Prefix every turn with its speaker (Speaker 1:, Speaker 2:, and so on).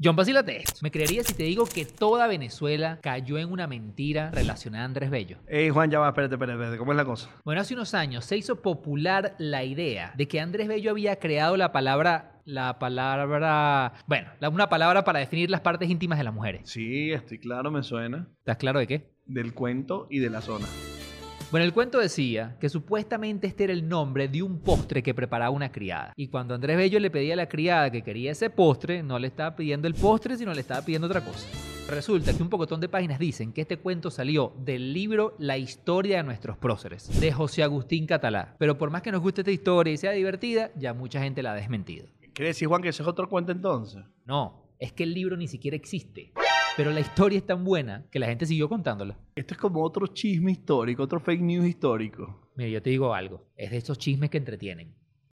Speaker 1: John Basílate esto. ¿Me creerías si te digo que toda Venezuela cayó en una mentira relacionada a Andrés Bello?
Speaker 2: Ey, Juan, ya va, espérate, espérate, espérate, ¿cómo es la cosa?
Speaker 1: Bueno, hace unos años se hizo popular la idea de que Andrés Bello había creado la palabra, la palabra, bueno, la- una palabra para definir las partes íntimas de las mujeres.
Speaker 2: Sí, estoy claro, me suena.
Speaker 1: ¿Estás claro de qué?
Speaker 2: Del cuento y de la zona.
Speaker 1: Bueno, el cuento decía que supuestamente este era el nombre de un postre que preparaba una criada. Y cuando Andrés Bello le pedía a la criada que quería ese postre, no le estaba pidiendo el postre, sino le estaba pidiendo otra cosa. Resulta que un pocotón de páginas dicen que este cuento salió del libro La historia de nuestros próceres, de José Agustín Catalá. Pero por más que nos guste esta historia y sea divertida, ya mucha gente la ha desmentido.
Speaker 2: ¿Quiere decir, Juan, que ese es otro cuento entonces?
Speaker 1: No, es que el libro ni siquiera existe. Pero la historia es tan buena que la gente siguió contándola.
Speaker 2: Esto es como otro chisme histórico, otro fake news histórico.
Speaker 1: Mira, yo te digo algo, es de esos chismes que entretienen.